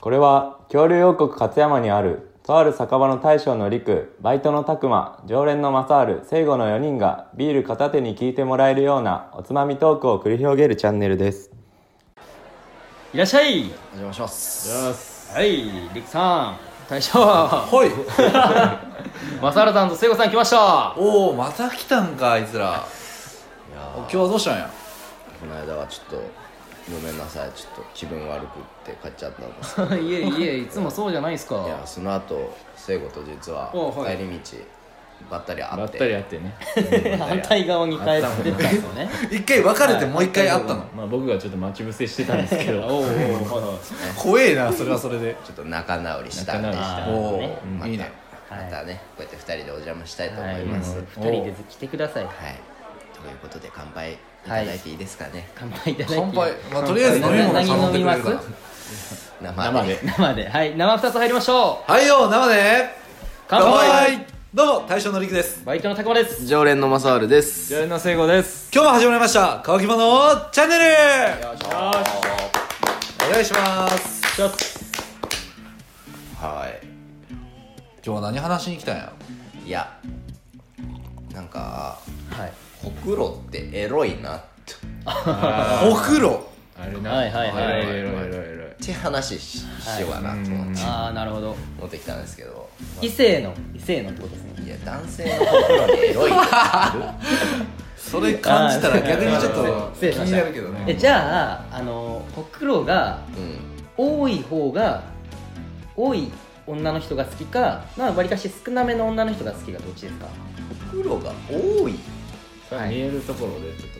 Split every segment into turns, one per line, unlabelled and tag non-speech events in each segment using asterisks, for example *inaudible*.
これは恐竜王国勝山にあるとある酒場の大将の陸バイトの拓磨常連の正治聖護の4人がビール片手に聞いてもらえるようなおつまみトークを繰り広げるチャンネルです
いらっしゃい
お邪魔します
はい、りくさん大将 *laughs* はいマサラさんとセイゴさん来ました
おおまた来たんかあいつらお今日はどうしたんや
この間はちょっとごめんなさいちょっと気分悪くって帰っちゃったん
*laughs*
*laughs*
です
いえいえ、いつもそうじゃないです
い
か
やその後聖子と実は
おうはい
帰り道ばったり会
ば
っ
ってたり会ってね
反対側に帰ってったんですよね
一回別れてもう一回会ったの、
まあ僕がちょっと待ち伏せしてたんですけど
*laughs* おうおうは
怖えなそれはそれで
ちょっと仲直りしたんで
仲直りした
お
ま
おー、
た
いいね
またねこうやって2人でお邪魔したいと
い
思
はいい、
ますは
もう二人で来てください
い、ということで乾杯いただいていいですかね、
乾杯いただいて
乾杯、まあ、とりあえず飲み物
何
頼
飲
んで
み
くれ
ま
る
す
かな
生で
生で、はい、生二つ入りましょう
はいよ生で
乾杯
どうも大将のりくです
バイトのたくまです
常連のマサールです
ジャルの聖子です
今日も始まりました乾きものチャンネルお願いします
は
今日は何話しに来たんや
いいやなんか
はい
ほくろってエロいなって
ほくろ
あれな
はいはいはい
あれエロいエロいエロい
って話ししようかなと思って
ああ、なるほど
持ってきたんですけど、ま
異性の、異性のってことですね
あいや男性の心にエロい
それ感じたら逆にちょっと
失
気
礼しま
に
し
な
た
るけどね
えじゃああのほくろが
うん
多い方が多い女の人が好きかまあわりかし少なめの女の人が好きがどっちですか
心が多い
それは見えるところでちょっと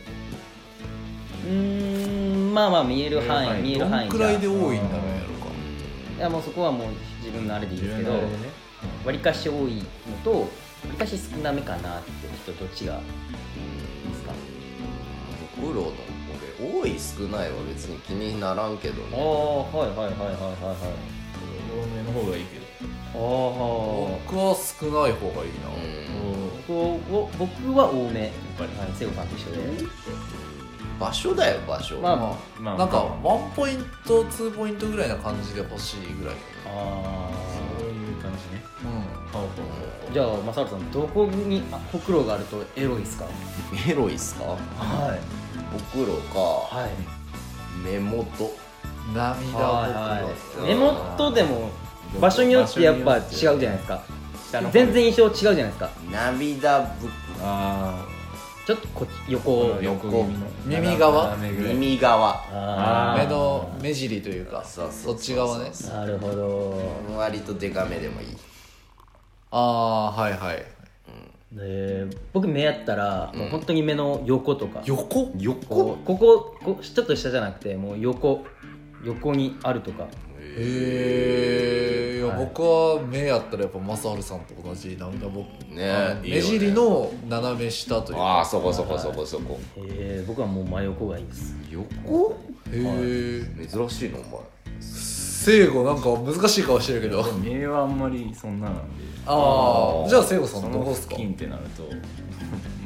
うーんまあまあ見える範囲見
見え
える
る
範囲
どん
じ
く
ゃ
らいで多いんだろう
い
や
やもうそこはもう自分のあれでいい
自
ですけ
分の
ど
あれでね
わりかし多いのとわりかし少なめかなって人どっちがいいですか
心の俺多い少ないは別に気にならんけど
あ
ね
はいはいはいはいはいはい
多めの方がいいけど
ああ
ろ僕は少ない方がいいな
うん
僕を僕は多めやっ
ぱり
はい、聖子さんと一緒で
場所だよ場所、
まあ
まあ、
まあ
なんかワンポイントツーポイントぐらいな感じで欲しいぐらい
あ
そういう感じね
うん
ほうほう
あじゃあマサルさんどこにあほくろがあるとエロいですか
エロいっすか
はい
心か
はい
目元
涙
は
袋
い目元でも場所によってやっぱ違うじゃないですか
下の方
全然印象違うじゃないですか
涙袋
あ
ちょっとこっち横
あ
横
耳の
耳側
斜めぐらい
耳側
あ
ー
目の目尻というか
そうそ
そ
う
っち側ね
あなるほど
割とデカめでもいい
ああーはいはい
で僕目やったらもう本当に目の横とか
横
こうこここうちょっと下じゃなくてもう横横にあるとか
へえいや僕は目やったらやっぱ正治さんと同じ涙袋
ねいいよね
目尻の斜め下という
ああ
か
そこそこそこそこ
えー、僕はもう真横がいいです
横
へえ
珍しいのお前
聖子なんか難しい顔してるけど
目はあんまりそんななんで
あ
あ
あ
ー
じゃあ聖子さ
そ
んど
の
こっす
付
か
近ってなると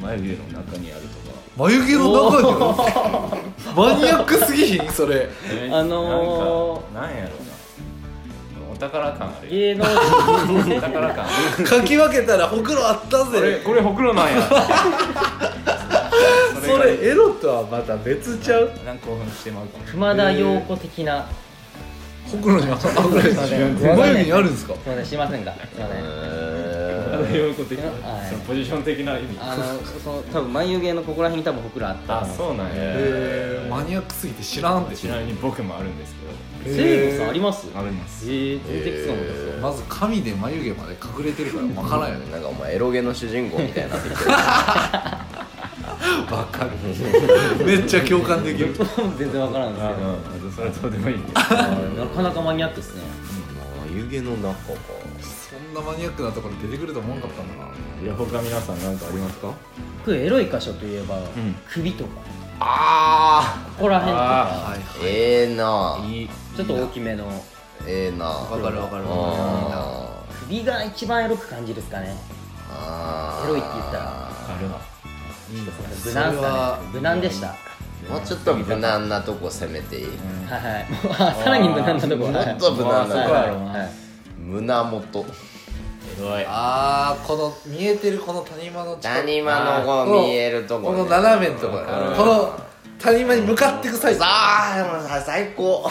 眉毛の中にあるとか
眉毛の中にマニアックすぎひんそれ
え
あのー
なんかなんやろうなお宝感ある
芸能人 *laughs*
お宝感
書き分けたらほくろあった
これ
ぜ
これほくろなんや
それエロとはまた別ちゃう
なんか興奮してまうかもしれ
熊田陽子的な
ほくろにあったあこれ
全然
眉毛にあるんですか
すいません知りませんがすいま
な
せん
いそういうこと的な
はい
そのポジション的な意味
あのその多分眉毛のここら辺に多分ほくろあった
あそうなんや
へえマニアックすぎて知らんで
ちなみに僕もあるんですけ
聖子さんあります
どあります
えー、全然きそうなんですよ
まず髪で眉毛まで隠れてるから分からんよ
*laughs*
ね
なんかお前エロゲの主人公みたいになってきてる
わかる *laughs* めっちゃ共感できる
全然わからんです
あ
けど
うんそれはどうでもいいんで
なかなかマニアックですね
*laughs* 眉毛の中か
そんなマニアックなところ出てくると思わなかったんだない
や他皆さん何かありますか
僕エロい箇所といえば、
ん
首とか
あ
ここら辺とか
はい
ーええない
い
ちょっと大きめの
ええな
わかるわかる
あー
首が一番エロく感じるですかね
あ
エ
ー
ロいって言ったら
あるな
無難っすかね無難でした
もうちょっと無難なとこ攻めていい、
はいはいもうあさらに無難なとこ
も
はい
っと無難
そう
なと
や
こ
ろうな
胸元
ひどい
あーこの見えてるこの谷間の近く
谷間のこう見えるとこ、
こ
ね、
の斜めのとこ
わかる
この谷間に向かってく際
あーもう最高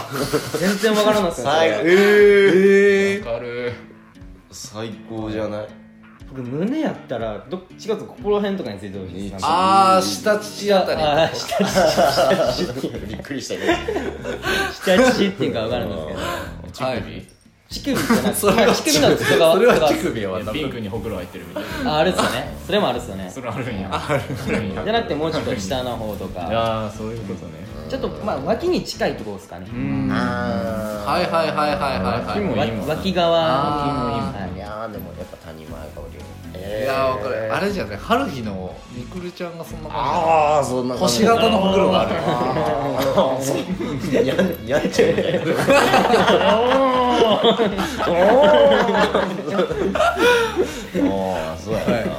全然わからなかった
最高えー、
わかる
*laughs* 最高じゃない
僕胸やったらどっちかというとここら辺とかについてほしいですあ
あー下乳あたり
あー下
*laughs* びっくりしたけど
下地っていうかわからんですけど
乳首
乳首じゃなくて
それは
乳首の外側
それは乳首は多
ピン
分
クにほくろ入ってるみたいな
ああるっすよねそれもあるっすよね
それあるんやあるんや
じゃなくてもうちょっと下の方とか
ああそういうことね
ちょっとまあ脇に近いところですかね
うん
あ
はいはいはいはいはい
うん
は
もういいもん
わ脇側
あ
はい
いやーでもやっぱ谷間やかも
い
り
いやーわかるあれじゃね春日のみくるちゃんがそんな感
ああそんな
じ星形のほくろがある
やんやっちゃうみたいなああそうやな、いいよ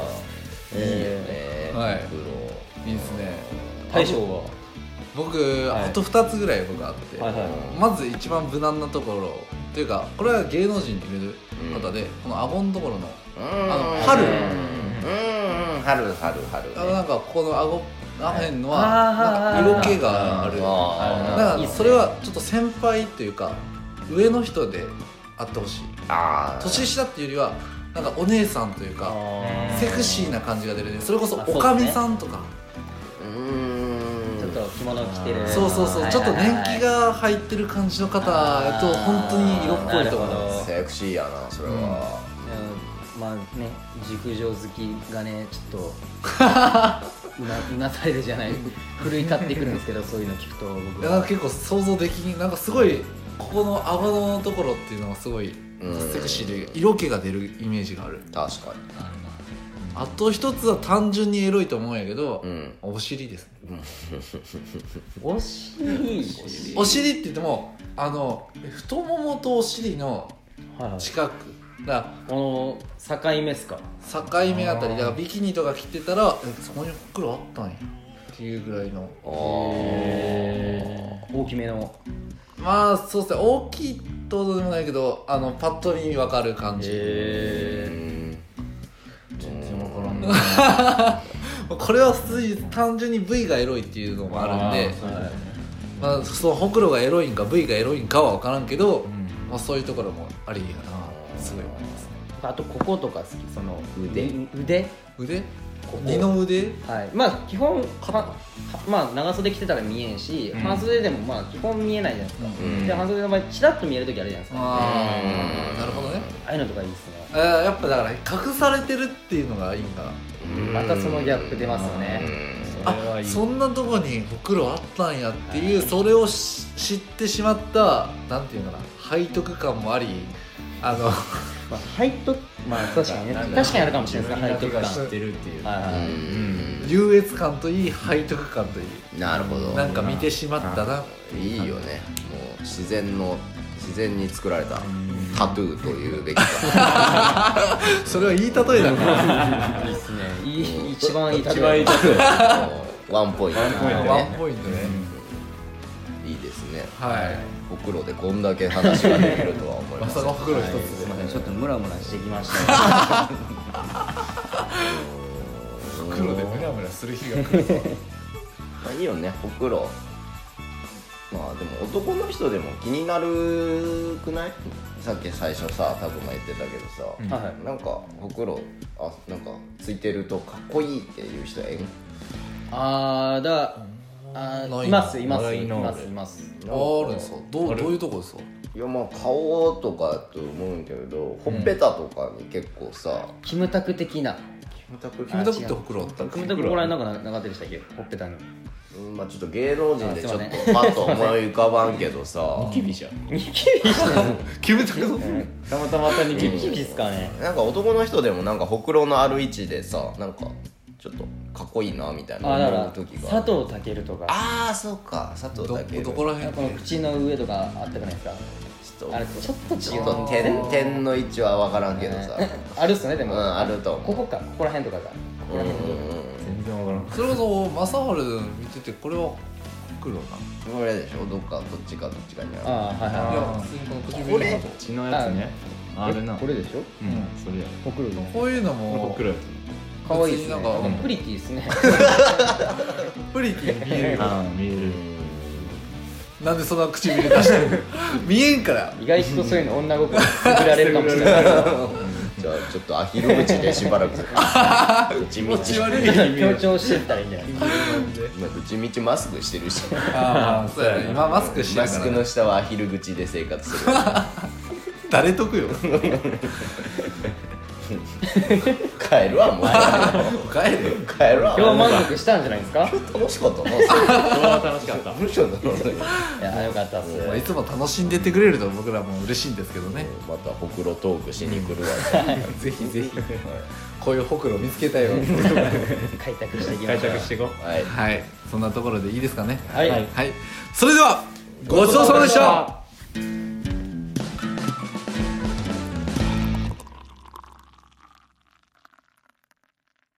ね
はい
ほく
いいですね
大将は
僕あと2つぐらい僕あって
はいはい
まず一番無難なところっていうかこれは芸能人って言える方でこの顎のところの
ろ
あの
あ
春
うんうん春春春
あのなんかここの顎らへんのは
はい
なんか色気があるだ
あ
からそれはちょっと先輩というか上の人であってほしい
ーあー
年下っていうよりはなんかお姉さんというか
あ
セクシーな感じが出るねそれこそ
あそう
お
ね
かみさんとか
うーん
ーちょっと着物着てる
そうそうそうちょっと年季が入ってる感じの方と本当に色っぽいと思
なるほど
う
セクシーやなそれは、
うんまあね熟女好きがねちょっとうなうなされるじゃない奮い立ってくるんですけどそういうの聞くと
い
僕
や
は
なんか結構想像できんなんかすごいここの顎のところっていうのがすごい
うん
セクシーで色気が出るイメージがある
確か
あと一つは単純にエロいと思うんやけど、
にうん
お尻ですね
お尻
お尻って言ってもあの太ももとお尻の
はいはい
近くだか
この境目っすから
境目あたりだからビキニとか着てたらえそこにほくろあったんやっていうぐらいの
あー
大きめの
まあそうですね大きいってことでもないけどあのパッと見分かる感じ、
う
え
ん
これは普通に単純に部位がエロいっていうのもあるんでまあ、そのほくろがエロいんか部位がエロいんかは分からんけど、まあ、そういうところもありやなすごい思いますね
あとこことか好きその
腕
腕
腕
ここ
二の腕
はいまあ基本はまあ長袖着てたら見えんし、
ん
半袖でもまあ基本見えないじゃないですか、
うん
で半袖の場合チラッと見える時あるじゃないですか
ああなるほどね
ああいうのとかいいですね
あーやっぱだから隠されてるっていうのがいいんだ
うん
またそのギャップ出ますよね
それは
あ
いい
そんなとこにほくろあったんやっていうそれをし知ってしまったなんていうのかな背徳感もありあの
まあ背徳まあ確かにね
なん
確
だ
かにあるかもしれないですね背
自
徳
分だけが知
感
ってるっていう
はいはい、
うん
優越感といい背徳感とい
なるほ
い
ど
なんか見てしまったな、
いいよねもう自然の自然に作られたタトゥーというべきか
それは言い例えだから
いいっすねいい一番いい食べ
一番いいタトゥー
もうワンポイント
ワンポイントね
ワンポイントね、
いいですね
はい
ほくろでこんだけ話ができるとは思い
ま
ます
さの袋一つ
はいす
で
いませんちょっとムラムラしてきました、
袋でムラムラする日が来る
まあいいよねほくろまあでも男の人でも気になるくないさっき最初さ拓磨言ってたけどさ、
ん
はい
なんかほくろあなんかついてるとかっこいいっていう人えん
ああだあ
な
ー
い
いますいま
な
す
い
い
な
ますいます
ああるんですかどうどういうとこですか
いやまあ顔とかだと思うんだけどほっぺたとかに結構さ、
キムタク的な
キムタクってほくろあったっ
キ
け
ムタクここら辺なんか流ってるでしたっけほっぺたに
うんまあちょっと芸能人でちょっと
あすいま
パッと思い浮かばんけどさ
ニキビじゃん
キムタクの
たまたまたニキビニキビっすかね
なんか男の人でもなんかほくろのある位置でさなんかちょっとかっこいいなみたい
あだか
な思う
ら
時がある
佐藤健とか
ああそうか佐
ど
藤だけ
どこら辺
この口の上とかあったくないですか
ちょっと
あれちょっと違う
ちょっと点点の位置は分からんけどさ、
*laughs* あるっすねで
うん
も、
あると
こ
思う
こかここら辺とかがここら辺とか
全然わからん
それこそ正治見ててこれはほくろが
これでしょどっかどっちかどっちかにある
ああはい
い
は
や普通にこの唇の
うちのやつね
い
あれな
これでしょ
うんそれや
ほくろです
こういうのも
これくるや
かわいいですね
別になんかうん
プリティですね
プリティに見える
つああ見える
なんでそんな唇出してるの見えんから
意外とそういうの女心くすぐられるかもしれない
じゃあちょっとアヒル口でしばら
*laughs*
く口
気
道
持ち悪い意味
強調してったらいいんじゃない
今口道マスクしてる
*laughs*
し
ああ *laughs* そうやね今マスクして
マ
るか
ス
ら
クの下はアヒル口で生活する
誰得よ
帰るわもう
帰れよ
帰るわ
今日満足したんじゃないですか
楽し
*laughs*
かったな今
今日は楽しか *laughs* った
日楽しかった
いやよかったっす
まあいつも楽しんでってくれると僕らも嬉しいんですけどね
またほくろトークしに来るわ
ぜひぜひこういうほくろ見つけ *laughs* たいわ
開拓していきま
解
しょう
釈していこう
はい
はいそんなところでいいですかね
はい
はい、それではごちそうさまでした